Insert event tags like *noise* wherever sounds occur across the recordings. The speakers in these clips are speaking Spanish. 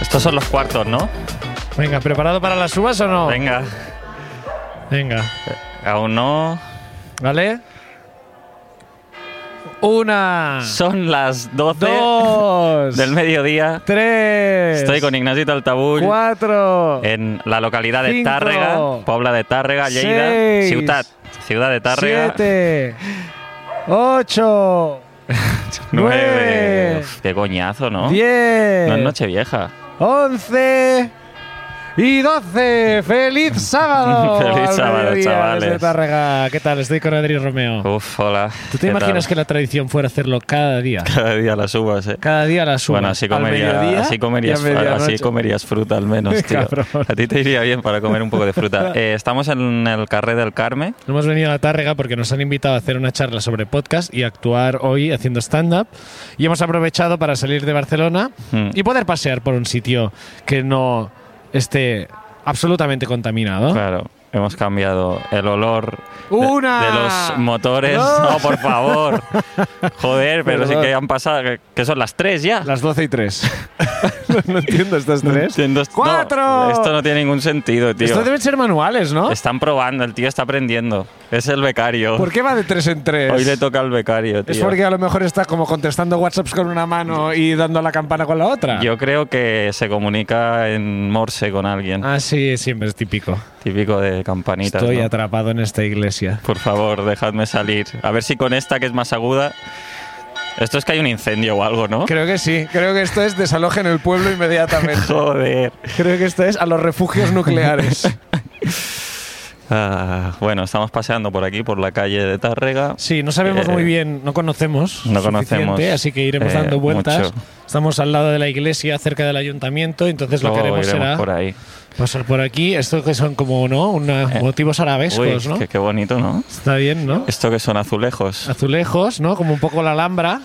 Estos son los cuartos, ¿no? Venga, ¿preparado para las uvas o no? Venga. Venga. Aún no. ¿Vale? Una, Son las 12 dos, del mediodía. tres, Estoy con Eh, Ignacio Taltabull cuatro, en la localidad de Cinco. Tárrega, Pobla de Tárrega, Lleida, Seis. ciudad, ciudad de Tárrega. siete, ocho, nueve. nueve. Uf, Qué coñazo, ¿no? diez, No es Nochevieja. once y doce. *laughs* ¡Feliz sábado! Feliz al sábado, mediodía chavales. desde Tárrega. ¿Qué tal? Estoy con Adri Romeo. Uf, hola. ¿Tú te imaginas que la tradición fuera hacerlo cada día? *laughs* cada día las uvas, eh? Cada día la sumas. Bueno, así, Al mediodía comería, así, y comerías, a medianoche. así comerías fruta al *laughs* menos, tío. Cabrón. A ti te iría bien para comer un poco de *laughs* fruta. Eh, estamos en el Carré del Carme. No Hemos venido a Tárrega porque nos han invitado a hacer una charla sobre podcast y a actuar hoy haciendo stand-up. Y hemos aprovechado para salir de Barcelona Hmm. y poder pasear por un sitio que no esté absolutamente contaminado. Claro, hemos cambiado el olor de- Una. De, los motores. Dos. No, por *laughs* favor. Joder, pero sí Perdón. que han pasado. que- Que son las tres ya. Las 12 y 3. no entiendo estas *laughs* No tres. entiendo esto. ¡Cuatro! No, esto no tiene ningún sentido, tío. Estos deben ser manuales, ¿no? Están probando, el tío está aprendiendo. Es el becario. ¿Por qué va de tres en tres? Hoy le toca al becario, tío. es porque a lo mejor está como contestando WhatsApps con una mano y dando a la campana con la otra. Yo creo que se comunica en morse con alguien. Ah, sí, siempre es típico. Típico de campanitas. Estoy ¿no? atrapado en esta iglesia. Por favor, dejadme salir. A ver si con esta que es más aguda. Esto es que hay un incendio o algo, ¿no? Creo que sí, creo que esto es desaloje en el *laughs* pueblo inmediatamente. Joder. creo que esto es a los refugios nucleares. Ah, bueno, estamos paseando por aquí, por la calle de Tárrega. *laughs* Sí, no sabemos Eh, muy bien, no conocemos. no suficiente, conocemos, Así que iremos eh, dando vueltas. mucho. Estamos al lado de la iglesia, cerca del ayuntamiento, entonces lo que Luego haremos Oh, iremos será por ahí. pasar por aquí. Esto que son como, ¿no? Una- Eh, motivos Uy, arabescos, ¿no? qué, qué bonito, ¿no? Está bien, ¿no? Esto que son azulejos. Azulejos, ¿no? Como un poco la alhambra.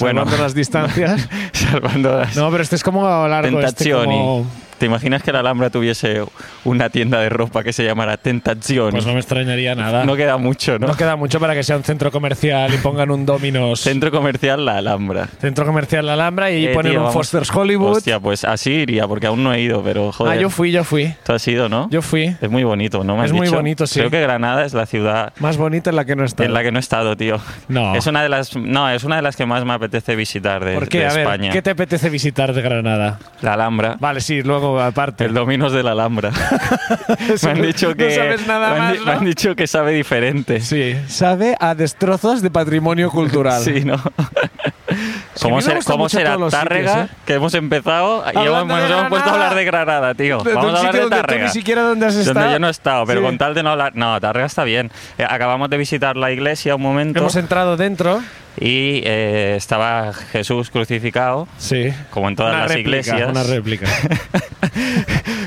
Bueno. salvando las distancias. *laughs* Salvando las *laughs* Ah. No, pero este es como largo. Este tentazioni. como... ¿Te imaginas que la Alhambra tuviese una tienda de ropa que se llamara Tentazioni? Pues no me extrañaría nada. No queda mucho, ¿no? No queda mucho para que sea un centro comercial y pongan un Domino's. Centro comercial La Alhambra. centro comercial La Alhambra y Eh, ponen tío, un vamos. Foster's Hollywood. Hostia, pues así iría, porque aún no he ido, pero joder. ah, yo fui, yo fui. Tú has ido, ¿no? Yo fui. Es muy bonito, ¿no? ¿Me has Es muy dicho? bonito, sí. Creo que Granada es la ciudad Más bonita en la que no está. en la que no he estado, tío. No. Es una de las, no, es una de las que más me apetece visitar de, ¿Por qué? de a ver, España. ¿qué te apetece visitar de Granada? La Alhambra. Vale, sí, luego aparte. El Dominos de la *laughs* Alhambra. *laughs* me han dicho que No sabes nada me han, di- más, me ¿no? han dicho que sabe diferente. Sí, sabe a destrozos de patrimonio *laughs* cultural. Sí, *laughs* ¿no? Es que a ¿Cómo, mí me ser- gustan cómo mucho será todos los Tárrega? sitios, ¿eh? Que hemos empezado y Hablando hemos- nos de hemos puesto a Granada. hablar de Granada, tío. De- de Vamos un a hablar sitio de donde tú Tárrega. ni siquiera donde has Donde estado. yo no he estado, pero Sí. con tal de no hablar. No, Tárrega está bien. Eh, Acabamos de visitar la iglesia un momento Hemos entrado dentro. y eh, estaba Jesús crucificado, Sí. como en todas una las réplica, iglesias. *laughs* Una réplica.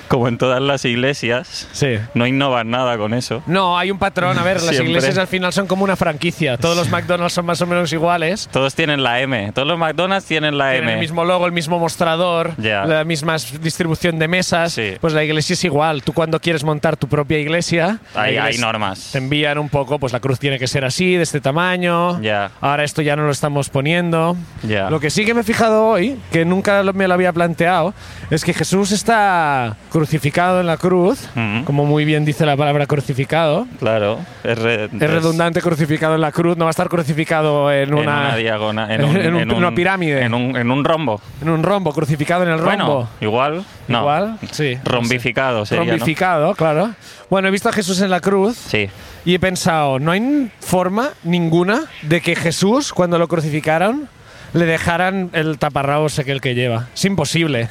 como en todas las iglesias. Sí. No innovan nada con eso. No, hay un patrón. A ver, las Siempre. iglesias al final son como una franquicia. Todos los McDonald's son más o menos iguales. Todos tienen la M. Todos los McDonald's tienen la Tienen M. el mismo logo, el mismo mostrador, Ya. la misma s- distribución de mesas. Sí. Pues la iglesia es igual. Tú cuando quieres montar tu propia iglesia, Hay, la hay iglesia- normas. Te envían un poco, pues la cruz tiene que ser así, de este tamaño. Ya. Ahora esto ya no lo estamos poniendo. Ya. Lo que sí que me he fijado hoy, que nunca lo- me lo había planteado, es que Jesús está crucificado en la cruz, Mm. como muy bien dice la palabra crucificado. Claro. Es, re- Es redundante crucificado en la cruz, no va a estar crucificado en en una una, diagonal, en, un- *laughs* en un- en un- una pirámide. en un, en un rombo. en un rombo, crucificado en el rombo. Bueno, igual, no. Igual, sí. Rombificado sería, ¿no? Rombificado, claro. Bueno, he visto a Jesús en la cruz Sí. y he pensado, no hay forma ninguna de que Jesús, cuando lo crucificaron, le dejaran el taparrabos aquel que lleva. Es imposible.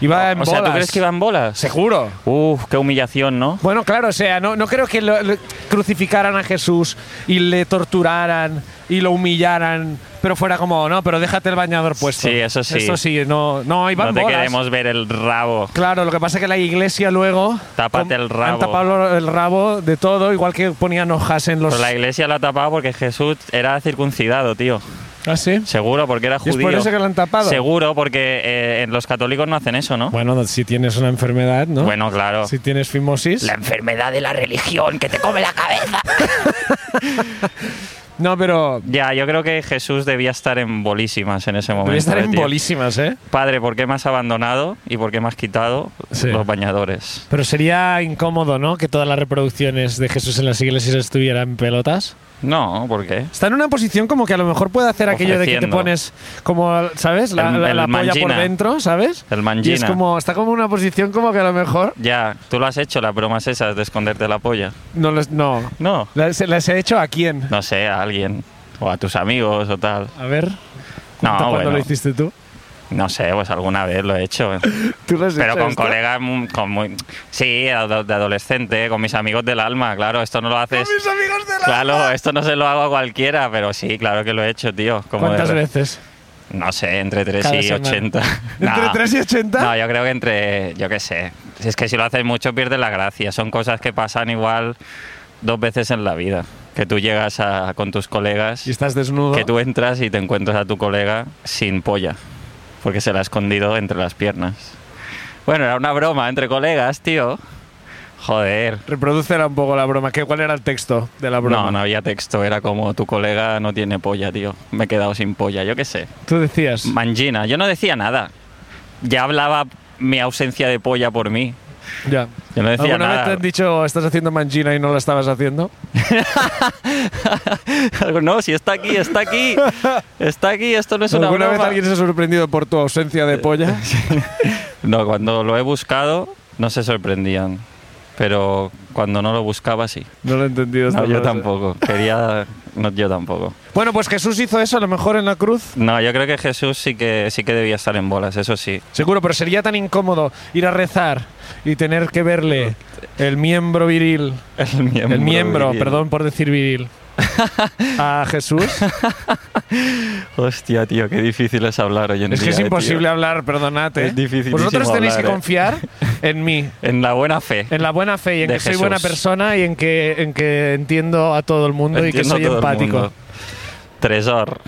Iba Ah, en o sea, ¿tú bolas. crees que iban bolas? Seguro. Uf, qué humillación, ¿no? Bueno, claro, o sea, no, no creo que lo- lo crucificaran a Jesús y le torturaran y lo humillaran, pero fuera como, no, pero déjate el bañador puesto. Sí, eso sí. Eso sí, no, no, iban no te bolas. queremos ver el rabo. Claro, lo que pasa es que la iglesia luego. Tápate el rabo. Han tapado el rabo de todo, igual que ponían hojas en los. Pero la iglesia lo ha tapado porque Jesús era circuncidado, tío. ¿Ah, sí? Seguro, porque era ¿Y es judío. por eso que lo han tapado? Seguro, porque eh, los católicos no hacen eso, ¿no? Bueno, si tienes una enfermedad, ¿no? Bueno, claro. Si tienes fimosis. La enfermedad de la religión que te come la cabeza. No, pero. Ya, yo creo que Jesús debía estar en bolísimas en ese momento. Debe estar eh, en tío. bolísimas, ¿eh? Padre, ¿por qué me has abandonado y por qué me has quitado Sí. los bañadores? Pero sería incómodo, ¿no? Que todas las reproducciones de Jesús en las iglesias estuvieran en pelotas. No, ¿por qué? Está en una posición como que a lo mejor puede hacer aquello de que te Ofreciendo. pones como, ¿sabes? La, El- la- el la polla por mangina. dentro, ¿sabes? El Y es mangina. como, está como en una posición como que a lo mejor Ya, tú lo has hecho, las bromas esas de esconderte la polla. no les, no. No, ¿Las, las he hecho a quién? no sé, a alguien. O a tus amigos o tal. A ver. No, ¿cuándo Ah, bueno. lo hiciste tú? No sé, pues alguna vez lo he hecho. *laughs* ¿Tú lo has Pero hecho con esto? colegas, mu- con muy, sí, de adolescente, con mis amigos del alma, claro, esto no lo haces. Mis amigos de la- Claro, esto no se lo hago a cualquiera, pero sí, claro que lo he hecho, tío. Como de ¿Cuántas re- veces? No sé, entre 3 Cada y semana. 80. *laughs* ¿Entre No. 3 y 80? No, yo creo que entre, yo qué sé. Si Es que si lo haces mucho pierdes la gracia. Son cosas que pasan igual dos veces en la vida. Que tú llegas a- con tus colegas, Y estás desnudo. que tú entras y te encuentras a tu colega sin polla, porque se la ha escondido entre las piernas. Bueno, era una broma entre colegas, tío. Joder. Reprodúcela un poco la broma. ¿Qué, ¿Cuál era el texto de la broma? No, no había texto, era como tu colega no tiene polla, tío. Me he quedado sin polla, yo qué sé. Tú decías. Mangina, yo no decía nada. Ya hablaba mi ausencia de polla por mí. ya. Yo no decía ¿Alguna vez te nada. han dicho estás haciendo mangina y no la estabas haciendo? *laughs* no, si está aquí, está aquí. Está aquí, esto no es una ¿Alguna broma. vez alguien se ha sorprendido por tu ausencia de polla? *laughs* No, cuando lo he buscado no se sorprendían. Pero cuando no lo buscaba sí. No lo he entendido. esta No, yo frase. tampoco. Quería. No, yo tampoco. Bueno, pues Jesús hizo eso a lo mejor en la cruz. No, yo creo que Jesús sí que sí que debía estar en bolas, eso sí. *laughs* Seguro, pero sería tan incómodo ir a rezar y tener que verle el miembro viril, El miembro. el miembro, viril. perdón por decir *laughs* viril, a Jesús. Hostia, tío, qué difícil es hablar hoy en Es día. que es eh, imposible tío. hablar, perdonad. ¿eh? Es dificilísimo Vosotros tenéis que hablar, eh. confiar en mí, En la buena fe. en la buena fe y en De que soy buena Jesús. persona y en que, en que entiendo a todo el mundo y que Entiendo soy a todo el empático. mundo. Tresor.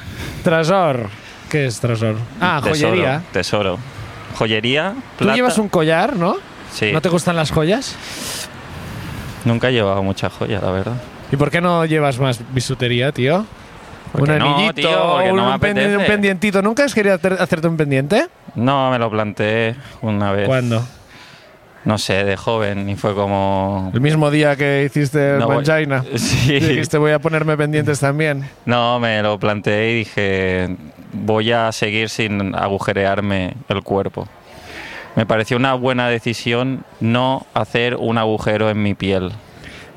Trasor. ¿Qué es trasor? Ah, Tesoro, joyería. Tesoro. Joyería, Tú plata. llevas un collar, ¿no? Sí. ¿No te gustan las joyas? Nunca he llevado mucha joya, la verdad. ¿Y por qué no llevas más bisutería, tío? Un Porque no, anillito, tío, porque un, no me pendi- apetece. un pendientito. ¿Nunca has querido hacer- hacerte un pendiente? No, me lo planteé una vez. ¿Cuándo? No sé, de joven y fue como... El mismo día que hiciste No voy- Mangina. *laughs* Sí. Dijiste, voy a ponerme pendientes también. No, me lo planteé y dije, voy a seguir sin agujerearme el cuerpo. Me pareció una buena decisión no hacer un agujero en mi piel.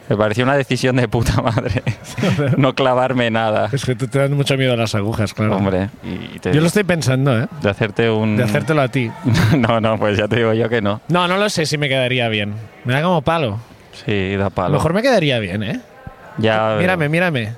Me pareció una decisión de puta madre. *laughs* no clavarme nada. Es que tú te das mucho miedo a las agujas, claro. Hombre, y te- Yo lo estoy pensando, ¿eh? de hacerte un... De hacértelo a ti. *laughs* no, no, pues ya te digo yo que no. No, no lo sé si me quedaría bien. Me da como palo. Sí, da A palo. lo mejor me quedaría bien, ¿eh? ya, Mírame, mírame.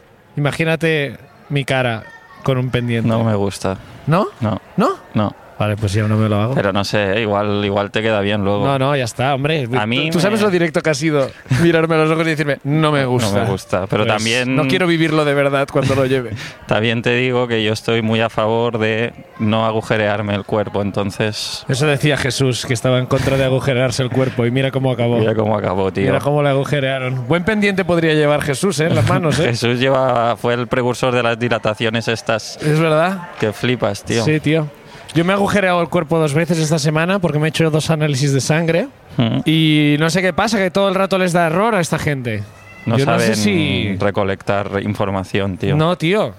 Imagínate mi cara con un pendiente. No me gusta. ¿No? No, ¿No? no. Vale, pues ya no me lo hago. Pero no sé, igual, igual te queda bien luego. No, no, ya está, hombre. A mí tú, tú me- sabes lo directo que ha sido mirarme a los ojos y decirme, no me gusta. No me gusta, pero Pues, también, No quiero vivirlo de verdad cuando lo lleve. también te digo que yo estoy muy a favor de no agujerearme el cuerpo, entonces *laughs* Eso decía Jesús, que estaba en contra de agujerarse el cuerpo. Y mira cómo acabó. mira cómo acabó, tío. Mira cómo le agujerearon. Buen pendiente podría llevar Jesús, ¿eh? En las manos, *laughs* ¿eh? Jesús lleva, fue el precursor de las dilataciones estas es verdad. que flipas, tío. Sí, tío. Yo me he agujereado el cuerpo dos veces esta semana porque me he hecho dos análisis de sangre. Mm. Y no sé qué pasa, que todo el rato les da error a esta gente. No Yo no saben sé si. recolectar información, tío. No, tío.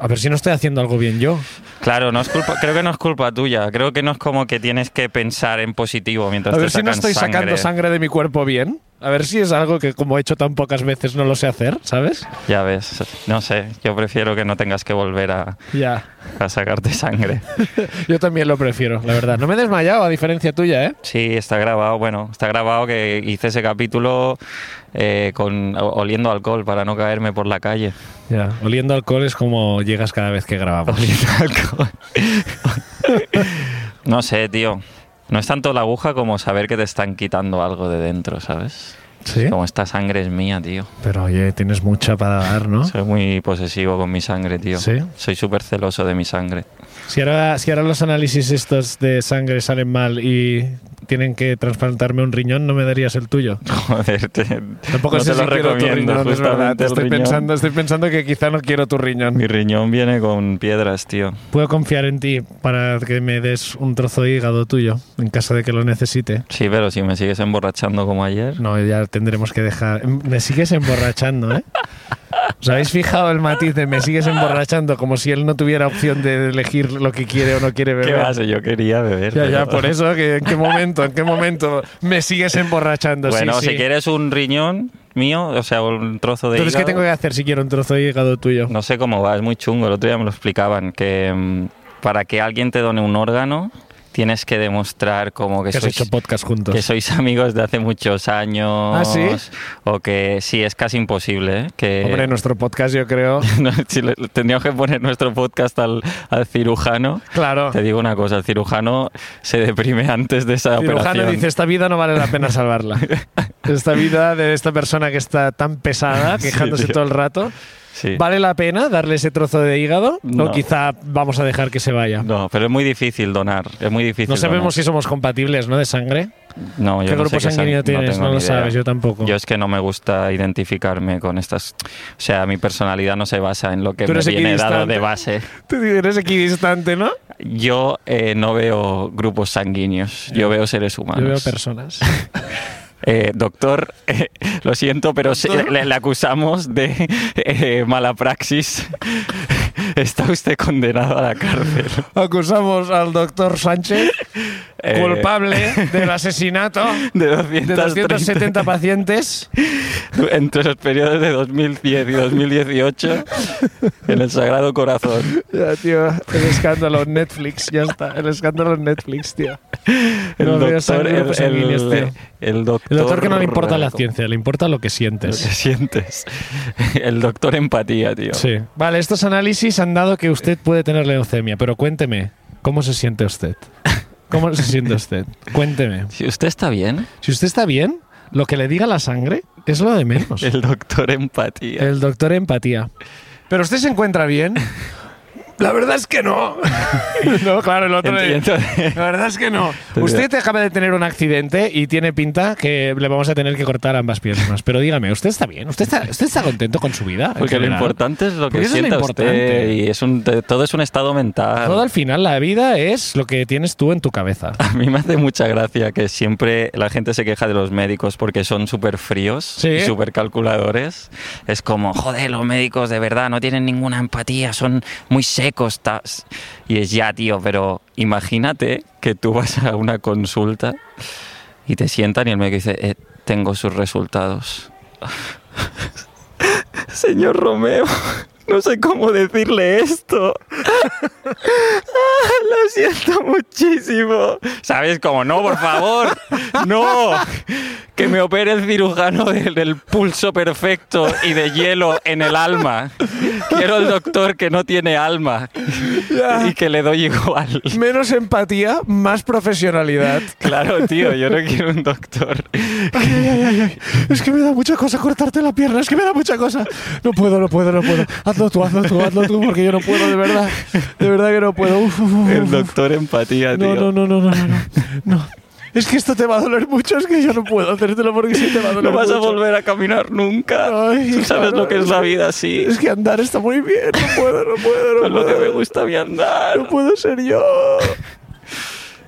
A ver si no estoy haciendo algo bien yo. Claro, no es culpa, creo que no es culpa tuya. Creo que no es como que tienes que pensar en positivo mientras A te ver si no sacan estoy sacando sangre de mi cuerpo bien. A ver si es algo que como he hecho tan pocas veces no lo sé hacer, ¿sabes? Ya ves, no sé, yo prefiero que no tengas que volver a, Ya. a sacarte sangre. Yo también lo prefiero, la verdad. No me he desmayado, a diferencia tuya, ¿eh? Sí, está grabado. Bueno, está grabado que hice ese capítulo eh, con o- oliendo alcohol para no caerme por la *laughs* calle. Ya. Oliendo alcohol es como llegas cada vez *laughs* que grabamos. Oliendo alcohol. no sé, tío. No es tanto la aguja como saber que te están quitando algo de dentro, ¿sabes? Sí. Como esta sangre es mía, tío. Pero oye, tienes mucha para dar, ¿no? Soy muy posesivo con mi sangre, tío. Sí. Soy súper celoso de mi sangre. *laughs* Si ahora, si ahora los análisis estos de sangre salen mal y tienen que trasplantarme un riñón, no me darías el tuyo. Joder, te- Tampoco no sé te lo si quiero tu recomiendo. riñón, es verdad. justamente el Estoy riñón. pensando, estoy pensando que quizá no quiero tu riñón. Mi riñón viene con piedras, tío. Puedo confiar en ti para que me des un trozo de hígado tuyo en caso de que lo necesite. Sí, pero si me sigues emborrachando como ayer. No, ya tendremos que dejar. Me sigues emborrachando, ¿eh? ¿Os habéis fijado el matiz de me sigues emborrachando? Como si él no tuviera opción de elegir lo que quiere o no quiere ¿Qué beber. vas? Yo quería beber. Ya, ya, pero- por eso, que, ¿en qué momento? ¿En qué momento me sigues emborrachando? Sí, Bueno, sí. si quieres un riñón mío, o sea, un trozo de Entonces, ¿qué hígado, tengo que hacer si quiero un trozo de hígado tuyo? No sé cómo va, es muy chungo. El otro día me lo explicaban que mm, para que alguien te done un órgano tienes que demostrar como que, que has sois, hecho podcast juntos. que sois amigos de hace muchos años. ¿Ah, sí? O que sí, es casi imposible. ¿eh? Que Hombre, nuestro podcast yo creo... *laughs* no, si le- tendríamos que poner nuestro podcast al, al cirujano. Claro. Te digo una cosa, el cirujano se deprime antes de esa Cirujano operación. dice, esta vida no vale la pena *laughs* salvarla. Esta vida de esta persona que está tan pesada, Sí, quejándose tío. todo el rato, Sí. ¿vale la pena darle ese trozo de hígado? O No. quizá vamos a dejar que se vaya. No, pero es muy difícil donar. Es muy difícil. No sabemos donar. si somos compatibles, ¿no? De sangre. No, yo ¿Qué no sé grupo sang- sanguíneo tienes? tengo No, ni lo idea. sabes, yo tampoco. Yo es que no me gusta identificarme con estas. O sea, mi personalidad no se basa en lo que Tú me eres viene dado equidistante. de base. Tú eres equidistante, ¿no? Yo eh, no veo grupos sanguíneos, yo veo seres humanos. Yo veo personas. Eh, doctor, *laughs* eh, lo siento, pero se- ¿Doctor? le, le acusamos de eh, mala praxis. *laughs* Está usted condenado a la cárcel. Acusamos al doctor Sánchez, *laughs* Eh, culpable del asesinato De de 230 270 pacientes. *laughs* entre los periodos de 2010 y 2018 en el Sagrado Corazón. Ya, tío, el escándalo en Netflix, ya está. El escándalo en Netflix, tío. El No veo doctor, sangre, el, grupos sanguíneos, el- tío. el doctor, El doctor que no le importa la ¿cómo? ciencia, le importa lo que Lo que sientes. sientes. *laughs* El doctor empatía, tío. Sí. Vale, estos análisis han dado que usted puede tener leucemia, pero cuénteme, ¿cómo se siente usted? ¿Cómo se siente usted? Cuénteme. Si usted está bien, Si usted está bien, lo que le diga la sangre es lo de menos. el doctor empatía. El doctor empatía. ¿Pero usted se encuentra bien? La verdad es que no. *laughs* no, claro, el otro Ent- le- y entonces- La verdad es que no. Te Usted acaba de tener un accidente y tiene pinta que le vamos a tener que cortar ambas piernas. Pero dígame, ¿usted está bien? ¿Usted está, usted está contento con su vida? en *laughs* Porque lo general? importante es lo Porque que eso es lo sienta importante. usted y es un, de- todo es un estado mental. Todo al final, la vida es lo que tienes tú en tu cabeza. *laughs* A mí me hace mucha gracia que siempre la gente se queja de los médicos porque son súper fríos Sí. y súper calculadores. Es como, joder, los médicos de verdad no tienen ninguna empatía, son muy secos. ta- Y es ya, tío, pero imagínate que tú vas a una consulta y te sientan y el médico dice, "Eh, tengo sus resultados. *laughs* Señor Romeo, *laughs* no sé cómo decirle esto. *laughs* Lo siento muchísimo. ¿Sabes cómo? No, por *laughs* favor. No. Que me opere el cirujano del, del pulso perfecto y de hielo en el alma. Quiero el doctor que no tiene alma y que le doy igual. Menos empatía, más profesionalidad. Claro, tío, yo no quiero un doctor. Es que me da mucha cosa cortarte la pierna, es que me da mucha cosa. No puedo, no puedo, no puedo. Hazlo tú, hazlo tú, hazlo tú, porque yo no puedo, de verdad. De verdad que no puedo. Uf, uf, uf, El uf. doctor empatía, tío. No, no, no, no, no, *laughs* no, no. No. Es que esto te va a doler mucho, es que yo no puedo hacértelo porque sí te va a doler No vas a mucho. volver a caminar nunca. Ay, Tú sabes claro. lo que es la vida así. Es que andar está muy bien, no puedo, no *laughs* puedo, no Es lo que me puedo. gusta a mí andar. No puedo ser yo.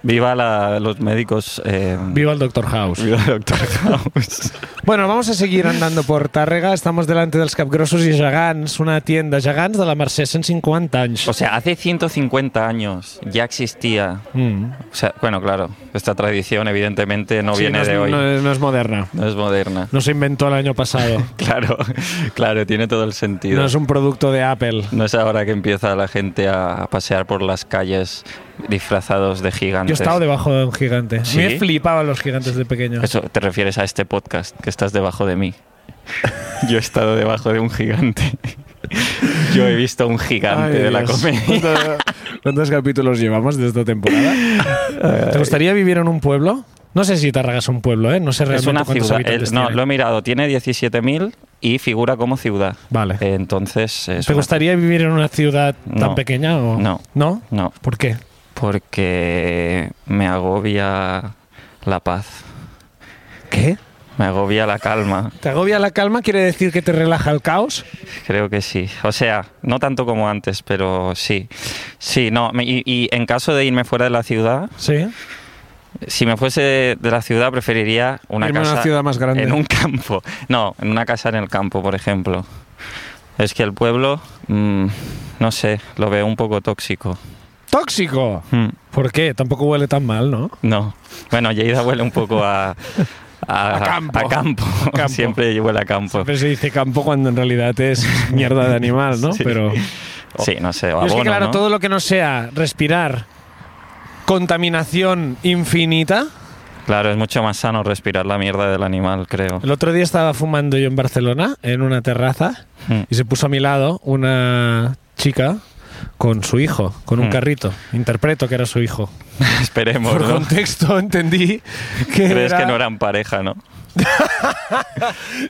Viva los médicos. eh, Viva el Doctor House. Viva Doctor House. Bueno, vamos a seguir andando por Tàrrega. Estamos delante dels Capgrossos i Gegants, una tienda Gegants de la Mercè, 150 anys. O sea, hace 150 años ya existía. Mm. O sea, bueno, claro, esta tradición evidentemente no Sí, viene no es- de hoy. No, No es, es- no es moderna. moderna. No se inventó el *laughs* año pasado. Claro, claro, tiene todo el sentido. No es un producto de Apple. ahora que empieza la gente a pasear por las calles disfrazados de gigantes. Yo he estado debajo de un gigante. ¿Sí? Me flipaban los gigantes de pequeño. Eso te refieres a este podcast, que estás debajo de mí. *laughs* Yo he estado debajo de un gigante. *laughs* Yo he visto un gigante Ay, de la Dios. *laughs* comedia. ¿Cuánto- ¿Cuántos capítulos llevamos de esta temporada? ¿Te gustaría vivir en un pueblo? No sé si Tárrega es un pueblo, ¿eh? No sé Es realmente una cuántos ciudad. habitantes es- no, tiene. lo he mirado. Tiene 17.000 y figura como ciudad. Vale. Eh, Entonces. es ¿Te una- gustaría vivir en una ciudad tan No. pequeña o No. ¿No? No, ¿Por qué? porque me agobia la paz. ¿Qué? Me agobia la calma. ¿Te agobia la calma? ¿Quiere decir que te relaja el caos? Creo que sí. O sea, no tanto como antes, pero sí. Sí, no. me- Y, y en caso de irme fuera de la ciudad, Sí. si me fuese de, de la ciudad, preferiría una Irme a una casa. ciudad más grande. En un campo. No, en una casa en el campo, por ejemplo. Es que el pueblo, mm, no sé, lo veo un poco tóxico. ¡Tóxico! Mm, ¿Por qué? Tampoco huele tan mal, ¿no? no. Bueno, Lleida huele un poco *laughs* a. A, A campo. a campo. A campo. Siempre huele a campo. Siempre se dice campo cuando en realidad es mierda de animal, *laughs* ¿no? Sí. Pero. Sí, no sé. o Yo es que, abono, claro, ¿no? todo lo que no sea respirar contaminación infinita. Claro, es mucho más sano respirar la mierda del animal, *laughs* creo. El otro día estaba fumando yo en Barcelona, en una terraza, Mm. y se puso a mi lado una chica con su hijo, con un Hmm. carrito. Interpreto que era su hijo. Esperemos, Por ¿no? contexto *laughs* entendí que Crees era- que no eran pareja, ¿no?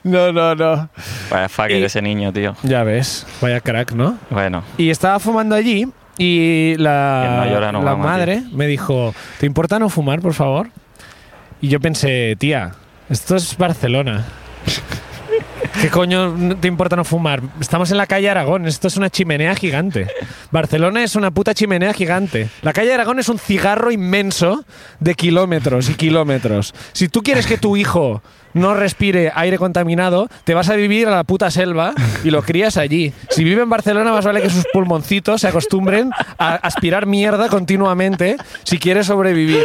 No, no, no. Vaya fucker Y- ese niño, tío. Ya ves, vaya crack, ¿no? Bueno, Y estaba fumando allí y la, Quien no llora no la mama, madre me dijo, ¿te importa no fumar, por favor? Y yo pensé, tía, esto es Barcelona. ¿Qué coño no- te importa no fumar? Estamos en la calle Aragón, esto es una chimenea gigante. Barcelona es una puta chimenea gigante. La calle Aragón es un cigarro inmenso de kilómetros y kilómetros. Si tú quieres que tu hijo no respire aire contaminado, te vas a vivir a la puta selva y lo crías allí. Si vive en Barcelona, más vale que sus pulmoncitos se acostumbren a aspirar mierda continuamente si quiere sobrevivir.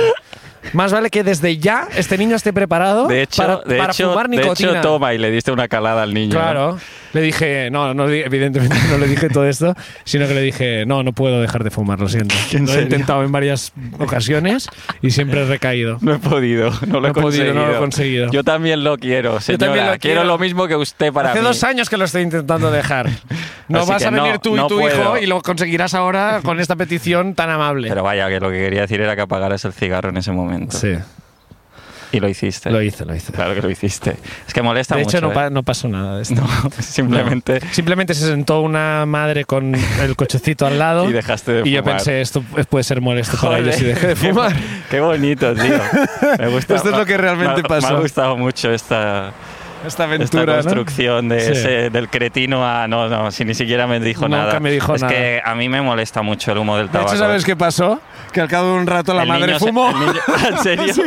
Más vale que desde ya este niño esté preparado de hecho, para, de para hecho, fumar de nicotina. hecho, toma y le diste una calada al niño. ¿no? Claro. Le dije, no, no, di- evidentemente no le dije todo esto, sino que le dije, no, no puedo dejar de fumar, lo siento. ¿En Lo he serio? intentado en varias ocasiones y siempre he recaído. No he podido, no lo he, No he podido, no lo he conseguido. Yo también lo quiero, señora. también lo quiero. quiero. lo mismo que usted para Hace mí. dos años que lo estoy *laughs* intentando dejar. No Así vas que a venir no, tú y no tu puedo. hijo y lo conseguirás ahora con esta petición tan amable. Pero vaya, que lo que quería decir era que apagaras el cigarro en ese momento. sí, Y lo hiciste. Pues, lo hice, lo hice. Claro que lo hiciste. Es que molesta de hecho, mucho. no, ¿eh? pa- no pasó nada de esto. *laughs* No, simplemente. Simplemente se sentó una madre con el cochecito al lado *laughs* Y dejaste de y yo fumar. pensé, esto puede ser molesto para Joder, ellos si *laughs* dejé de qué- fumar. Qué bonito, *laughs* tío. Me gusta. Esto es lo que realmente me ha- pasó. Me ha gustado mucho esta, Esta esta aventura, ¿no? construcción de Sí. ese- del cretino a. No, no, si ni siquiera me dijo Nunca nada. me dijo es nada. que a mí me molesta mucho el humo del De tabaco. hecho, ¿sabes qué pasó? Que al cabo de un rato la El madre niño se- fumó. el *laughs* niño- ¿En serio? Sí,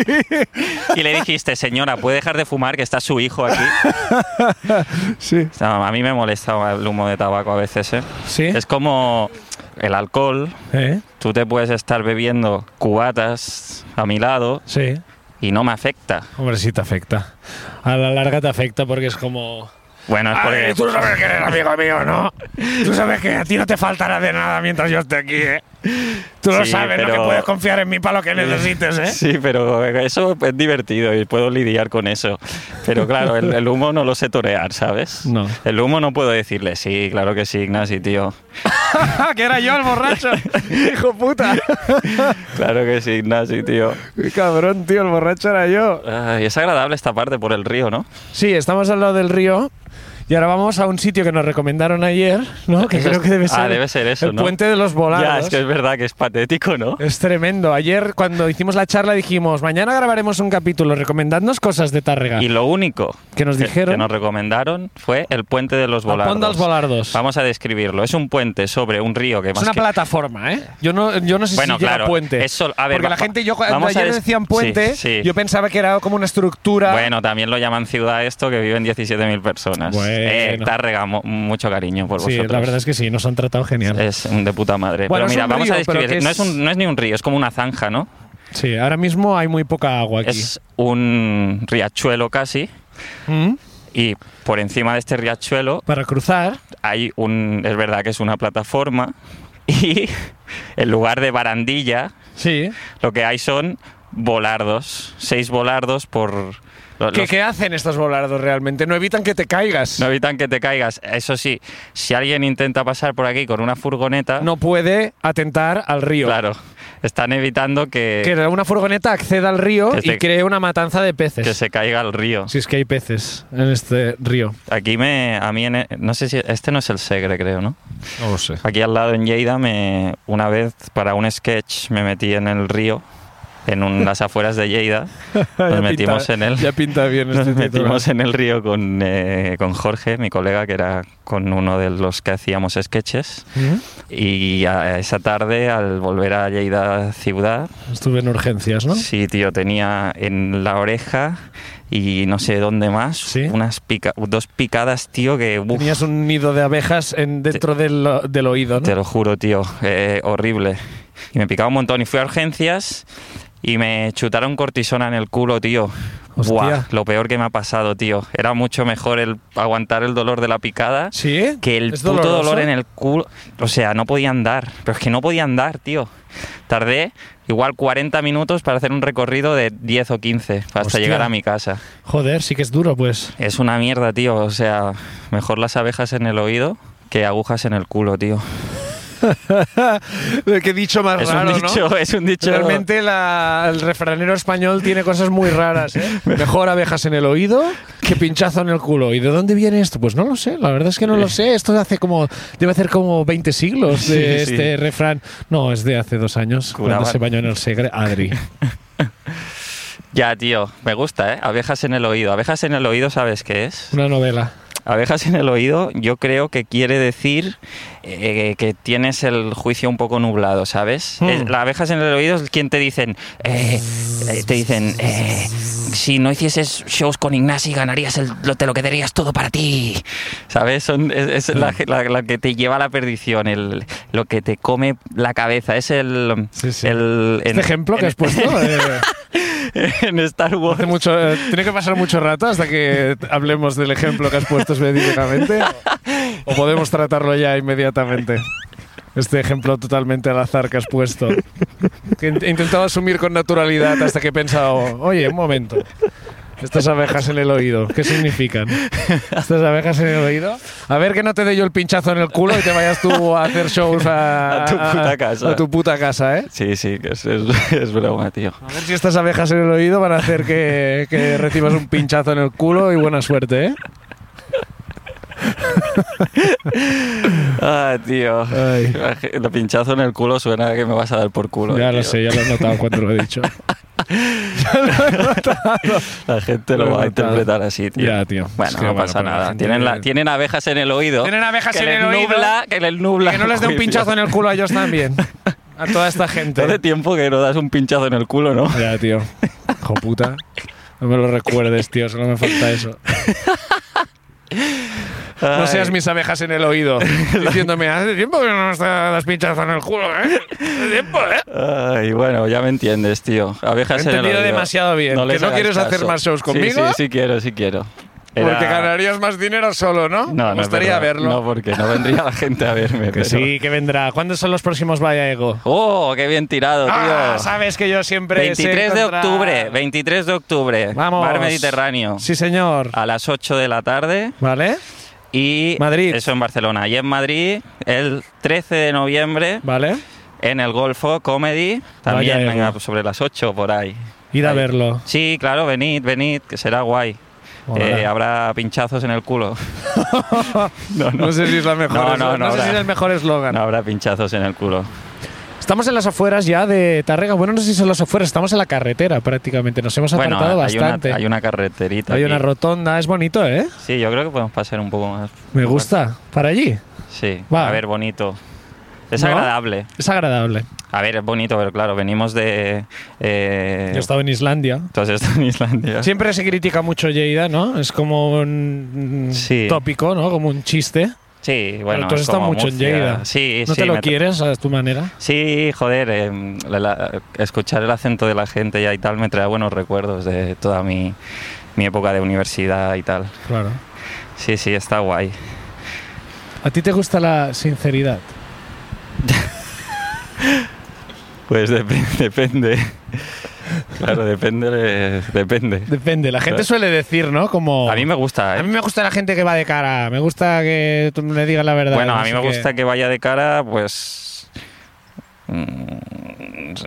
Y le dijiste, señora, ¿puede dejar de fumar que está su hijo aquí? *laughs* *laughs* sí. No, a mí me molesta el humo de tabaco a veces, ¿eh? ¿Sí? Es como el alcohol. ¿Eh? Tú te puedes estar bebiendo cubatas a mi lado Sí. y no me afecta. Hombre, sí te afecta. A la larga te afecta porque es como... Bueno, es porque... Ay, tú sabes que eres amigo mío, ¿no? Tú sabes que a ti no te faltará de nada mientras yo esté aquí, ¿eh? Tú lo Sí, sabes, ¿no? pero- Que puedes confiar en mí para lo que necesites, ¿eh? Sí, pero eso es divertido y puedo lidiar con eso. Pero claro, el, el humo no lo sé torear, ¿sabes? No. El humo no puedo decirle, sí, claro que sí, Ignasi, tío. *laughs* que era yo el *laughs* borracho. Hijo *laughs* puta. Claro que sí, Ignasi, tío. Qué Cabrón, tío, el borracho era yo. Ay, es agradable esta parte por el río, ¿no? Sí, estamos al lado del río y ahora vamos a un sitio que nos recomendaron ayer, ¿no? Que Eso creo es- que debe ah, ser, debe ser eso, el ¿no? puente de los volados. Ya, es que es verdad que es patético, ¿no? Es tremendo. Ayer cuando hicimos la charla dijimos, mañana grabaremos un capítulo recomendadnos cosas de Tárrega. Y lo único Que nos dijeron- que nos recomendaron fue el puente de los Al volardos. Pont dels Volardos. Vamos a describirlo. Es un puente sobre un río que Es más una que- plataforma, ¿eh? Yo no, yo no sé Bueno, si llega claro, puente. es sol- a ver, Porque va- la gente, yo cuando vamos a ayer des- decían sí, puente, sí. yo pensaba que era como una estructura. Bueno, también lo llaman ciudad esto que viven 17.000 personas. Bueno. Eh, Tárrega, mo- mucho cariño por sí, pues vosotros. la verdad es que sí, nos han tratado genial. Es un de puta madre. pero Bueno, es mira, un vamos río, a pero describir. que No, es- es un, no es ni un río, es como una zanja, ¿no? Sí, ahora mismo hay muy poca agua aquí. Es un riachuelo casi. ¿Mm? Y por encima de este riachuelo Para cruzar, hay un. Es verdad que es una plataforma. *laughs* Y en lugar de barandilla, sí. lo que hay son volardos. Seis volardos por. lo- ¿Qué, los- qué hacen estos volardos realmente? No evitan que te caigas. No No, evitan que te caigas. Eso sí, si alguien intenta pasar por aquí con una furgoneta. puede atentar al río. Claro, están evitando que, Que una furgoneta acceda al río Que se- y cree una matanza de peces. que se caiga al río. Si es que hay peces en este río. Aquí me, a mí, en e- no sé si, este no es el Segre, creo, ¿no? No *laughs* lo sé. Aquí al lado en Lleida, me, una vez para un sketch me metí en el río en un- las afueras de *laughs* Lleida. Nos metimos en él. Ya pinta bien Nos este título. metimos en el río con, eh, con Jorge, mi colega, que era con uno de los que hacíamos sketches. ¿Mm? Y a- esa tarde, al volver a Lleida ciudad, Estuve en urgencias, ¿no? sí, tío, tenía en la oreja y no sé dónde más ¿Sí? unas pica- dos picadas, tío, que uf, Tenías un nido de abejas en, dentro del, del oído, Te ¿no? lo juro, tío. eh, horrible. Y me picaba un montón. Y fui a urgencias y me chutaron cortisona en el culo, tío. Hostia. Buah, lo peor que me ha pasado, tío. Era mucho mejor el aguantar el dolor de la picada ¿Sí? que el ¿Es puto doloroso? dolor en el culo. O sea, no podía andar. Pero es que no podía andar, tío. Tardé igual 40 minutos para hacer un recorrido de 10 o 15 hasta Hostia. llegar a mi casa. Joder, sí que es duro, *laughs* pues. Es una mierda, tío. O sea, mejor las abejas en el oído que agujas en el culo, tío. que dicho más Es raro, un ¿no? dicho, es un dicho. Realmente la- el refranero español tiene cosas muy raras. ¿eh? *laughs* Mejor abejas en el oído que pinchazo en el culo. ¿Y de dónde viene esto? Pues no lo sé. La verdad es que no lo sé. Esto hace como debe hacer como 20 siglos de Sí, sí. este refrán. No, es de hace dos años Curaban. cuando se bañó en el Segre Adri. Ya, tío, me gusta, ¿eh? Abejas en el oído. Abejas en el oído, ¿sabes qué es? Una novela. Abejas en el oído, yo creo que quiere decir eh, que tienes el juicio un poco nublado, ¿sabes? Hmm. Es- las abejas en el oído es quien te dicen, eh, eh, te dicen, eh, si no hicieses shows con Ignasi ganarías, el- lo- te lo quedarías todo para ti, ¿sabes? Son, es es la, Hmm. la- la que te lleva a la perdición, el, lo que te come la cabeza, es el... Sí, sí. el- en- Este ejemplo que en- has puesto *laughs* eh, *laughs* en Star Wars. hace mucho, eh, tiene que pasar mucho rato hasta que hablemos del ejemplo que has puesto específicamente o, o podemos tratarlo ya inmediatamente. Este ejemplo totalmente al azar que has puesto. Que he intentado asumir con naturalidad hasta que he pensado, oye, un momento. Estas abejas en el oído, ¿qué significan? Estas abejas en el oído. A ver que no te dé yo el pinchazo en el culo y te vayas tú a hacer shows a, A tu puta casa. A tu puta casa, ¿eh? Sí, sí, que es, *laughs* es, es broma, tío. A ver si estas abejas en el oído van a hacer que, que recibas un pinchazo en el culo y buena suerte, ¿eh? Ah, tío. Ay. El pinchazo en el culo suena que me vas a dar por culo. ya tío. lo sé, ya lo he notado cuando lo he *laughs* dicho. La gente Lo lo he va a notado. interpretar así, tío. Ya, tío. Bueno, Es que, no bueno, pasa pero la nada. gente- Tienen, la, tienen abejas en el oído. Tienen abejas que en les el oído. Nubla, que les nubla. Que no les dé un el juicio. pinchazo en el culo a ellos también. A toda esta gente. Hace tiempo que no das un pinchazo en el culo, ¿no? Ya, tío. Hijo puta. No me lo recuerdes, tío. Solo me falta eso. No Ay. seas mis abejas en *laughs* el oído. Diciéndome, hace tiempo que no me das pinchazo en el culo, ¿eh? Hace tiempo, ¿eh? Ay, bueno, ya me entiendes, tío. Abejas Te he en el oído. entendido demasiado bien. ¿Que les no hagas quieres hacer más shows Sí, Sí, conmigo? sí, quiero, sí quiero. Era- Porque ganarías más dinero solo, ¿no? No, no. Me es gustaría verdad. verlo. No, porque no vendría la gente a verme. *laughs* Que pero- sí, que vendrá. ¿Cuándo son los próximos Vaya Ego? ¡Oh, qué bien tirado, tío! Ah, sabes que yo siempre. sé 23 de encontrar- octubre, 23 de octubre, Vamos. Mar Mediterráneo, Ah. Sí, señor. a las 8 de la tarde ¿Vale? y Madrid. eso en Barcelona. Y en Madrid, el 13 de noviembre, Vale. en el Golfo Comedy, también Vaya venga, pues ego. sobre las 8 por ahí. Ir a Ahí. verlo. Sí, claro, venid, venid, que será guay. Molará. Eh, habrá pinchazos en el culo. *laughs* *laughs* No, sé si es la *laughs* mejor. No, es- no, no sé habrá. si es el mejor eslogan. No habrá pinchazos en el culo. Estamos en las afueras ya de Tarrega. Bueno, no sé si son las afueras. Estamos en la carretera prácticamente. Nos hemos Bueno, apartado hay una, bastante. hay una carreterita. Hay aquí. una rotonda. Es bonito, ¿eh? Sí, yo creo que podemos pasar un poco más. Me gusta. Para allí. Sí, Va. a ver, bonito. Es ¿No? agradable. Es agradable. A ver, es bonito, pero claro, venimos de. Eh, Yo he estado en Islandia. entonces *laughs* en Islandia. Siempre se critica mucho Lleida, ¿no? Es como un Sí. tópico, ¿no? Como un chiste. Sí, bueno. Pero tú es has estado como mucho Murcia. en Lleida. Sí, ¿No sí. te lo me tra- quieres a tu manera? Sí, joder, em, la- la- escuchar el acento de la gente ya y tal me trae buenos recuerdos de toda mi, mi época de universidad y tal. Claro. Sí, sí, está guay. ¿A ti te gusta la sinceridad? Pues dep- *laughs* depende. claro, depende. de- depende. Depende. La gente Claro. suele decir, ¿no? Como... A mí me gusta, Oh. "A ¿eh? mí me gusta la gente que va de cara. Me gusta que tú le digas la verdad. Bueno, no a mí sé me qué". gusta que vaya de cara, pues. *laughs* mm,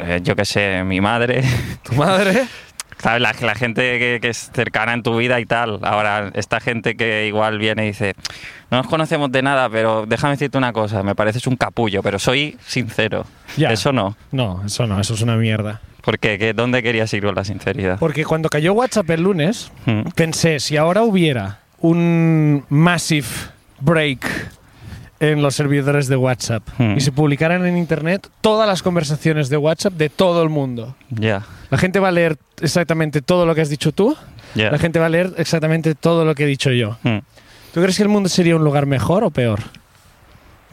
eh, Yo qué sé, mi madre. ¿Tu madre? ¿sabes? La, la gente que, que es cercana en tu vida y tal. Ahora, esta gente que igual viene y dice, no nos conocemos de nada, pero déjame decirte una cosa, me pareces un capullo, pero soy sincero. Ya. Eso no. *laughs* No, eso no, eso es una mierda. ¿Por qué? ¿Qué- ¿Dónde querías ir con la sinceridad? Porque cuando cayó WhatsApp el lunes, Mm. pensé, si ahora hubiera un massive break en los servidores de WhatsApp Hmm. y se publicaran en Internet todas las conversaciones de WhatsApp de todo el mundo. Ya, La gente va a leer exactamente todo lo que has dicho tú, ya. la gente va a leer exactamente todo lo que he dicho yo. Mm. ¿Tú crees que el mundo sería un lugar mejor o peor?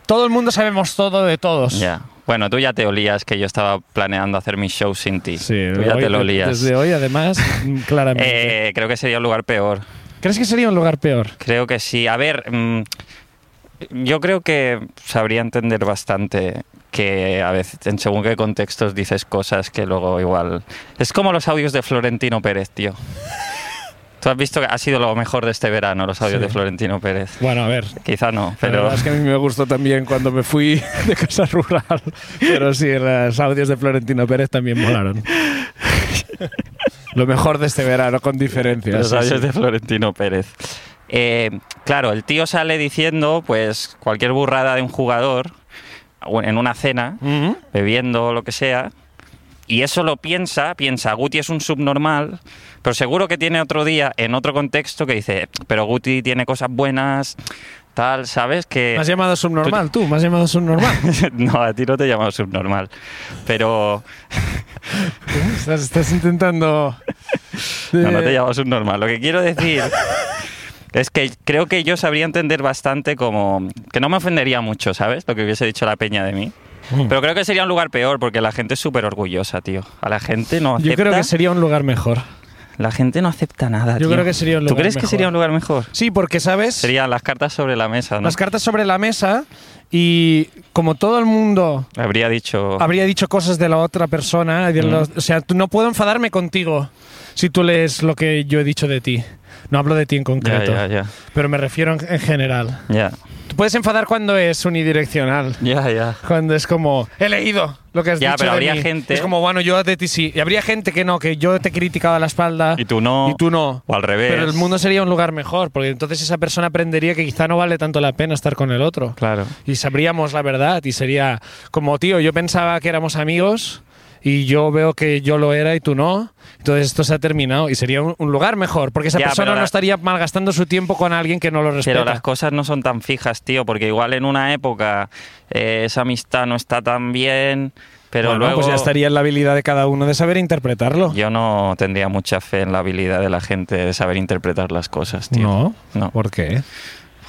Todo el mundo sabemos todo de todos. Ya. Bueno, tú ya te olías que yo estaba planeando hacer mis shows sin ti. Sí, tú ya hoy- te lo olías. Desde hoy, *laughs* además, claramente. Eh, creo que sería un lugar peor. ¿Crees que sería un lugar peor? Creo que sí. A ver, mm, yo creo que sabría entender bastante que a veces, en según qué contextos, dices cosas que luego igual. Es como los audios de Florentino Pérez, *laughs* tío. Tú has visto que ha sido lo mejor de este verano, los audios Sí. de Florentino Pérez. Bueno, a ver, Quizá no, La pero. verdad es que a mí me gustó también cuando me fui *laughs* de casa rural. Pero sí, los audios de Florentino Pérez también molaron. Lo mejor de este verano, con diferencia. *laughs* Los sí, audios sí. de Florentino Pérez. Eh, claro, el tío sale diciendo, pues, cualquier burrada de un jugador o en una cena, Ujú. bebiendo lo que sea, y eso lo piensa, piensa, Guti es un subnormal, pero seguro que tiene otro día en otro contexto que dice, pero Guti tiene cosas buenas, tal, ¿sabes? Que Me has llamado subnormal, tú, me has llamado subnormal. *laughs* no, a ti no te he llamado subnormal, pero ¿eh? estás, estás intentando. No, no te eh, llamo subnormal. Lo que quiero decir *laughs* es que creo que yo sabría entender bastante como... Que no me ofendería mucho, ¿sabes? Lo que hubiese dicho la peña de mí. Mm. Pero creo que sería un lugar peor porque la gente es súper orgullosa, tío. A la gente no acepta... eh, Yo creo que sería un lugar mejor. La gente no acepta nada, Yo tío. creo que sería un ¿Tú lugar crees que mejor. sería un lugar mejor? Sí, porque, ¿sabes? Serían las cartas sobre la mesa, ¿no? Las cartas sobre la mesa y como todo el mundo Habría dicho... habría dicho cosas de la otra persona. y de los- o sea, tú- no puedo enfadarme contigo si tú lees lo que yo he dicho de ti. No hablo de ti en Ya, concreto, ya, ya. pero me refiero en, en general. Ya, Tú puedes enfadar cuando es unidireccional. ya, ya. Cuando es como, he leído lo que has Ya, dicho. pero de habría mí". gente- Es como, bueno, yo de ti sí. Y habría gente que no, que yo te he criticado a la espalda Y tú no. y tú no. O al revés. Pero el mundo sería un lugar mejor, porque entonces esa persona aprendería que quizá no vale tanto la pena estar con el otro Claro. y sabríamos la verdad y sería como, tío, yo pensaba que éramos amigos y yo veo que yo lo era y tú no, entonces esto se ha terminado y sería un, un lugar mejor, porque esa Ya, persona pero la- no estaría malgastando su tiempo con alguien que no lo respeta. Pero las cosas no son tan fijas, tío, porque igual en una época eh, esa amistad no está tan bien, pero Bueno, luego pues ya estaría en la habilidad de cada uno de saber interpretarlo. yo no tendría mucha fe en la habilidad de la gente de saber interpretar las cosas, tío. No, No, ¿por qué?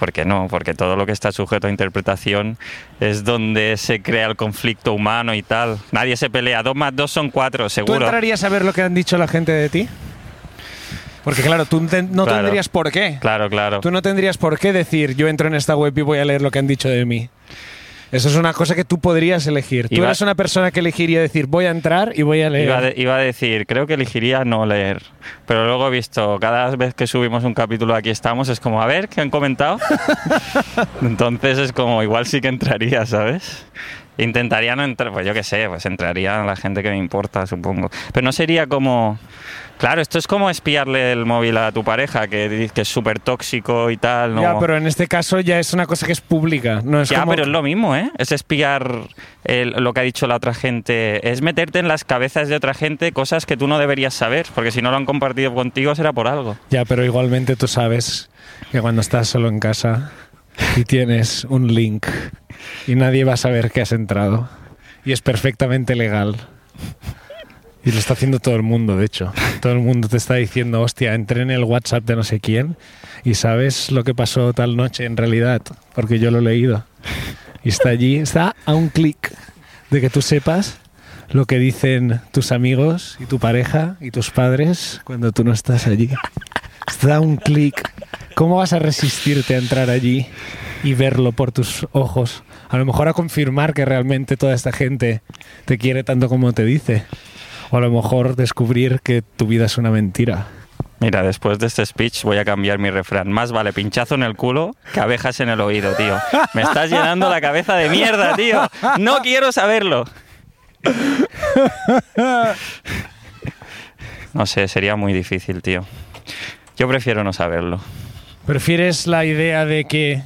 porque no, porque todo lo que está sujeto a interpretación es donde se crea el conflicto humano y tal. Nadie se pelea, dos más dos son cuatro, ¿Tú seguro. entrarías a ver lo que han dicho la gente de ti? Porque claro, tú ten- no Claro. tendrías por qué. Claro, claro. Tú no tendrías por qué decir, yo entro en esta web y voy a leer lo que han dicho de mí. Eso es una cosa que tú podrías elegir. Tú Iba- eres una persona que elegiría decir, voy a entrar y voy a leer. Iba, a de- iba a decir, creo que elegiría no leer, pero luego he visto, cada vez que subimos un capítulo de aquí estamos, es como, a ver, ¿qué han *laughs* comentado? Entonces es como, igual sí que entraría, ¿sabes? Intentaría no entrar, pues yo qué sé, pues entraría la gente que me importa, supongo. Pero no sería como... Claro, esto es como espiarle el móvil a tu pareja, que, di- que es súper tóxico y tal. ¿no? Ya, pero en este caso ya es una cosa que es pública. No es Ya, como- pero es lo mismo, ¿eh? Es espiar el- lo que ha dicho la otra gente. Es meterte en las cabezas de otra gente cosas que tú no deberías saber, porque si no lo han compartido contigo será por algo. Ya, pero igualmente tú sabes que cuando estás solo en casa y tienes un link y nadie va a saber que has entrado y es perfectamente legal. Y lo está haciendo todo el mundo, de hecho. Todo el mundo te está diciendo, hostia, entré en el WhatsApp de no sé quién y sabes lo que pasó tal noche en realidad, porque yo lo he leído. Y está allí, está a un clic de que tú sepas lo que dicen tus amigos y tu pareja y tus padres cuando tú no estás allí. Está a un clic. ¿Cómo vas a resistirte a entrar allí y verlo por tus ojos? A lo mejor a confirmar que realmente toda esta gente te quiere tanto como te dice. O a lo mejor descubrir que tu vida es una mentira. Mira, después de este speech voy a cambiar mi refrán. Más vale pinchazo en el culo que abejas en el oído, tío. Me estás llenando la cabeza de mierda, tío. No quiero saberlo. No sé, sería muy difícil, tío. Yo prefiero no saberlo. ¿Prefieres la idea de que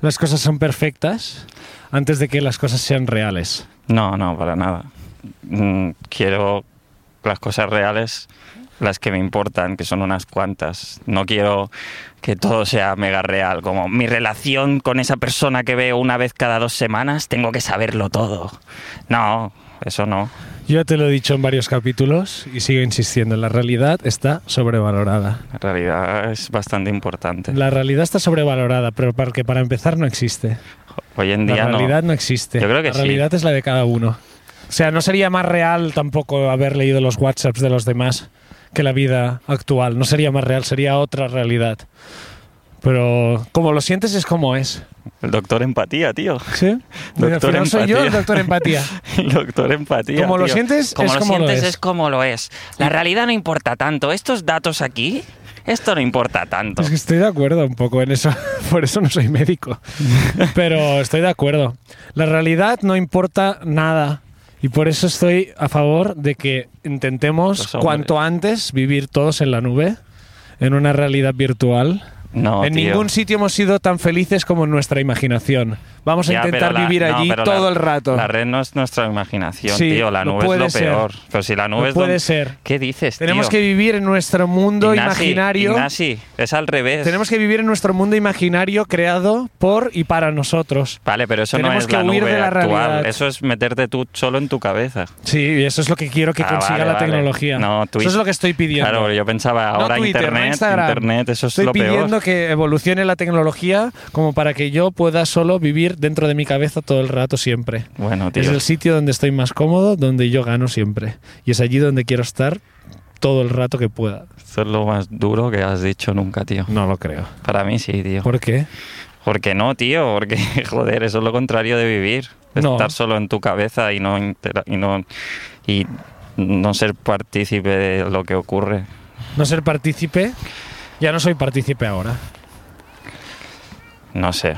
las cosas son perfectas antes de que las cosas sean reales? No, no, para nada. Mm, Quiero las cosas reales, las que me importan, que son unas cuantas. No quiero que todo sea mega real, como mi relación con esa persona que veo una vez cada dos semanas, tengo que saberlo todo. No, eso no. Yo ya te lo he dicho en varios capítulos y sigo insistiendo, la realidad está sobrevalorada. En realidad es bastante importante. La realidad está sobrevalorada, pero para que para empezar no existe. Hoy en La día no. realidad no, existe. Yo creo que la sí. realidad es la de cada uno. O sea, no sería más real tampoco haber leído los WhatsApps de los demás que la vida actual. No sería más real, sería otra realidad. Pero como lo sientes es como es. El doctor empatía, tío. *laughs* ¿Sí? Y al Doctor final soy yo empatía. el *laughs* doctor empatía. El doctor empatía. Como lo tío. sientes, como es lo como lo sientes es. es como lo es. La realidad no importa tanto. Estos datos aquí, esto no importa tanto. *laughs* Es que estoy de acuerdo un poco en eso. *laughs* Por eso no *laughs* soy médico. Pero estoy de acuerdo. La realidad no importa nada. Y por eso estoy a favor de que intentemos Los hombres. cuanto antes vivir todos en la nube, en una realidad virtual. No, en tío. ningún sitio hemos sido tan felices como en nuestra imaginación. Vamos a Ya, intentar pero la- vivir no, allí pero todo la- el rato. La red no es nuestra imaginación, Sí, tío. La lo nube puede es lo ser. peor. Pero si la nube No es puede donde- ser. ¿Qué dices, Tenemos tío? que vivir en nuestro mundo Ignasi, imaginario. Ignasi, es al revés. Tenemos que vivir en nuestro mundo imaginario creado por y para nosotros. Vale, pero eso no tenemos es que la huir nube de la actual. realidad. Eso es meterte tú solo en tu cabeza. Sí, y eso es lo que quiero que Ah, consiga vale, la vale. tecnología. No, Twitter. eso es lo que estoy pidiendo. Claro, yo pensaba No ahora Twitter, no internet, Instagram. internet, eso es Estoy lo pidiendo peor. que evolucione la tecnología como para que yo pueda solo vivir dentro de mi cabeza todo el rato siempre. Bueno, tío. Es el sitio donde estoy más cómodo, donde yo gano siempre. Y es allí donde quiero estar todo el rato que pueda. Eso es lo más duro que has dicho nunca, tío. No lo creo. Para mí sí, tío. ¿Por qué? Porque no, tío, porque *laughs* joder, eso es lo contrario de vivir. de No. Estar solo en tu cabeza y no intera- y no y no ser partícipe de lo que ocurre. No ser partícipe. Ya no soy partícipe ahora. No sé.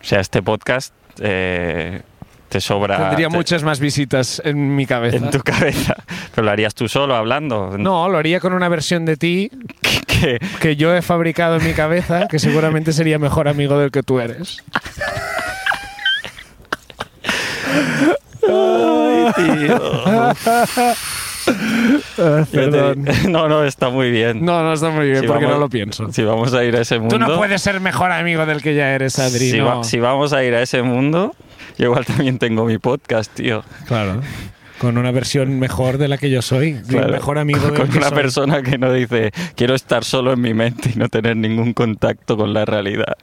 O sea, este podcast eh, te sobra Tendría te- muchas más visitas en mi cabeza. en tu cabeza. *laughs* Pero lo harías tú solo hablando. *laughs* No, lo haría con una versión de ti Que- que yo he fabricado en mi cabeza, que seguramente sería mejor amigo del que tú eres. *laughs* Ay, yo te- tío. Perdón. *laughs* no, no, está muy bien. No, no está muy bien Si porque vamos- no lo pienso. Si vamos a ir a ese mundo. Tú no puedes ser mejor amigo del que ya eres, Adri. si, no. va- si vamos a ir a ese mundo, yo igual también tengo mi podcast, tío. Claro. Con una versión mejor de la que yo soy. de Claro. Mejor amigo Con, del con que una soy. persona que no dice, quiero estar solo en mi mente y no tener ningún contacto con la realidad.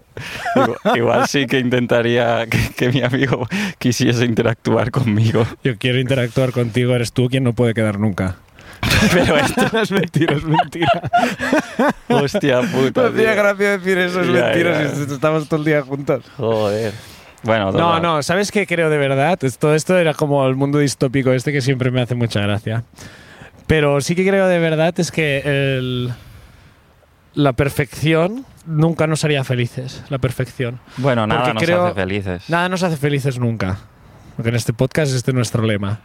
Igual, *laughs* igual sí que intentaría que, que mi amigo quisiese interactuar *laughs* conmigo. Yo quiero interactuar contigo, eres tú quien no puede quedar nunca. *laughs* Pero esto, *laughs* es mentira, es mentira. hostia Me puta. hacía tío. gracia decir eso, es Ya, mentira, ya. si est- estamos todo el día juntos. Joder. Bueno, No, total. no, ¿sabes qué creo de verdad? Es- Todo esto era como el mundo distópico este que siempre me hace mucha gracia. Pero sí que creo de verdad es que el- la perfección nunca nos haría felices, la perfección. Bueno, nada Porque nos creo- hace felices. Nada nos hace felices nunca. Porque en este podcast este es nuestro lema.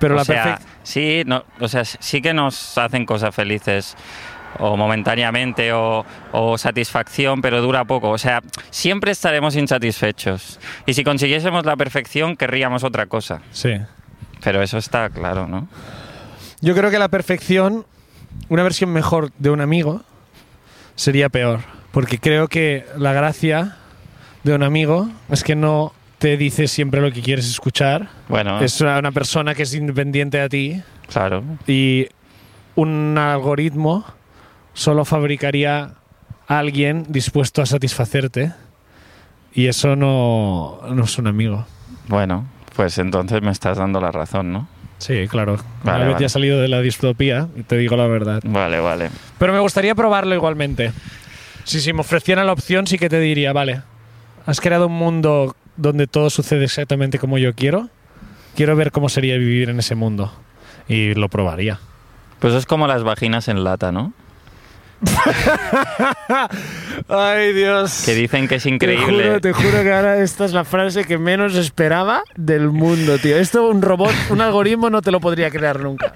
Pero o la sea, perfección... sí, no, o sea, sí que nos hacen cosas felices o momentáneamente o, o satisfacción, pero dura poco. O sea, siempre estaremos insatisfechos. Y si consiguiésemos la perfección, querríamos otra cosa. Sí. Pero eso está claro, ¿no? Yo creo que la perfección, una versión mejor de un amigo, sería peor. Porque creo que la gracia de un amigo es que no te dice siempre lo que quieres escuchar. Bueno, Es una, una persona que es independiente a ti claro. y un algoritmo solo fabricaría a alguien dispuesto a satisfacerte. Y eso no, no es un amigo. Bueno, pues entonces me estás dando la razón, ¿no? Sí, claro. Una Vale, vez vale. ya salido de la distopía, te digo la verdad. Vale, vale. Pero me gustaría probarlo igualmente. Si, si me ofrecieran la opción, sí que te diría, vale, has creado un mundo donde todo sucede exactamente como yo quiero. Quiero ver cómo sería vivir en ese mundo. Y lo probaría. Pues es como las vaginas en lata, ¿no? Ay, Dios. Que dicen que es Te increíble. juro, te juro que ahora esta es la frase que menos esperaba del mundo, tío. Esto un robot, un algoritmo no te lo podría crear nunca.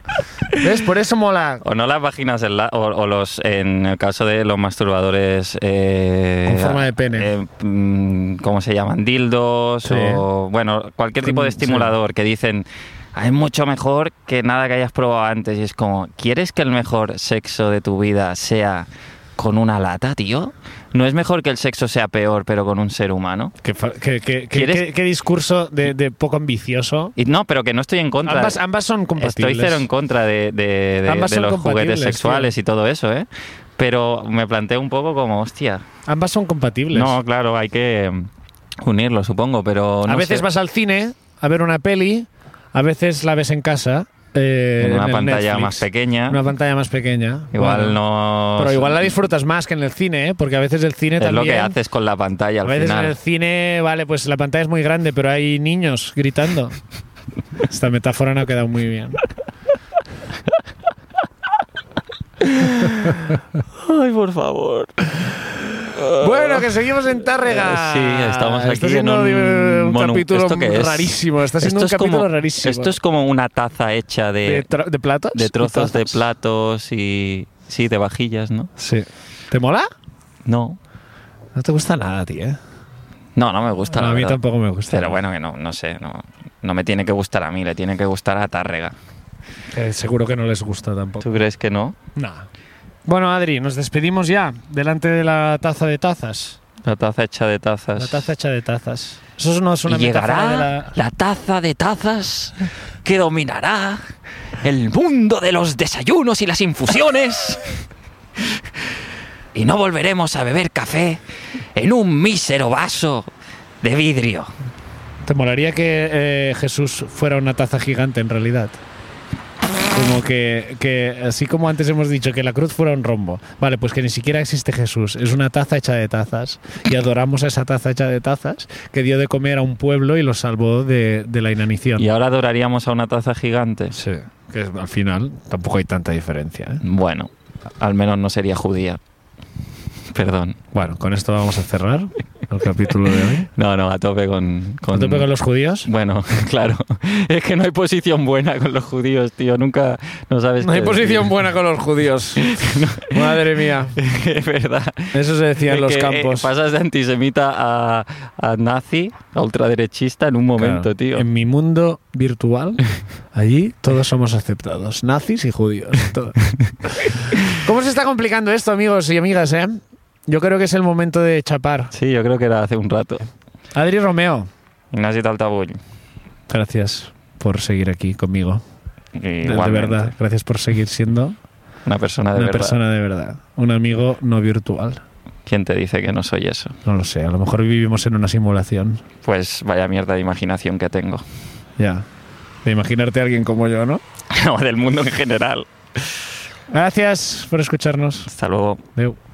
¿Ves? Por eso mola. O no las vaginas en la- o, o los en el caso de los masturbadores eh, Con forma de pene. eh, mm, ¿Cómo se llaman? Dildos Sí. Mm, o bueno cualquier tipo de Sí. estimulador que dicen "Ah, es mucho mejor que nada que hayas probado antes y es como ¿quieres que el mejor sexo de tu vida sea con una lata, tío? No es mejor que el sexo sea peor, pero con un ser humano. Qué, fa- qué- qué- qué- ¿Quieres? qué- qué discurso de, de poco ambicioso. Y no, pero que no estoy en contra. Ambas, ambas son compatibles. Estoy cero en contra de, de- de- Ambas de son los compatibles, juguetes sexuales y todo eso, ¿eh? Pero me planteo un poco como, hostia. Ambas son compatibles. No, claro, hay que unirlo, supongo, pero no a veces sé. vas al cine a ver una peli, a veces la ves en casa. eh, en una el pantalla Netflix. más pequeña. Una pantalla más pequeña. Igual Bueno. no. Pero igual la disfrutas más que en el cine, ¿eh? porque a veces el cine Es también. lo que haces con la pantalla A al veces final. en el cine, vale, pues la pantalla es muy grande, pero hay niños *laughs* gritando. Esta metáfora no ha quedado muy bien. Ay, por favor. Bueno, que seguimos en Tárrega. Eh, Sí, estamos Está aquí en siendo, eh, un, un, monu- capítulo ¿Esto qué es? rarísimo. Está siendo Esto un es capítulo como- rarísimo. Esto es como una taza hecha ¿De, de, tra- de platos? de trozos de platos? platos y. Sí, de vajillas, ¿no? Sí. ¿Te mola? No. No te gusta nada, tío. ¿eh? No, no me gusta. la a mí verdad. tampoco me gusta. Pero bueno, que no, no sé, no, no me tiene que gustar a mí, le tiene que gustar a Tárrega. Eh, seguro que no les gusta tampoco. ¿Tú crees que no? Nada. Bueno, Adri, nos despedimos ya delante de la taza de tazas. La taza hecha de tazas. La taza hecha de tazas. Eso no es una y llegará metáfora de la... la... taza de tazas que dominará el mundo de los desayunos y las infusiones. *laughs* y no volveremos a beber café en un mísero vaso de vidrio. ¿Te molaría que eh, Jesús fuera una taza gigante en realidad? Como que, que, así como antes hemos dicho que la cruz fuera un rombo. Vale, pues que ni siquiera existe Jesús. Es una taza hecha de tazas. Y adoramos a esa taza hecha de tazas que dio de comer a un pueblo y lo salvó de, de la inanición. Y ahora adoraríamos a una taza gigante. Sí, que es- al final tampoco hay tanta diferencia. ¿eh? Bueno, al menos no sería judía. Perdón. Bueno, con esto vamos a cerrar el capítulo de hoy. No, no, a tope con... *laughs* con- ¿No te pegan los judíos? Bueno, *laughs* claro. Es que no hay posición buena con los judíos, tío. Nunca no sabes No hay qué posición buena con *laughs* los judíos. Madre mía. decir. *laughs* Es verdad. Eso se decía en Es los que, eh, campos. pasas de antisemita a, a nazi, a ultraderechista en un momento, Claro. Em- tío. En mi mundo *laughs* virtual, allí todos somos aceptados, nazis y judíos. *laughs* todo. ¿Cómo se está complicando esto, amigos y amigas? eh? Yo creo que es el momento de chapar. Sí, yo creo que era hace un rato. Adri Romeo, Ignacio Taltabull. gracias por seguir aquí conmigo. De- De Igualmente. verdad, gracias por seguir siendo Una persona de una verdad. persona de verdad, un amigo no virtual. ¿Quién te dice que no soy eso? No lo sé, a lo mejor vivimos en una simulación. Pues vaya mierda de imaginación que tengo. *laughs* Ya. De imaginarte a alguien como yo, ¿no? No, del mundo en general. Gracias por escucharnos. Hasta luego. Adeu.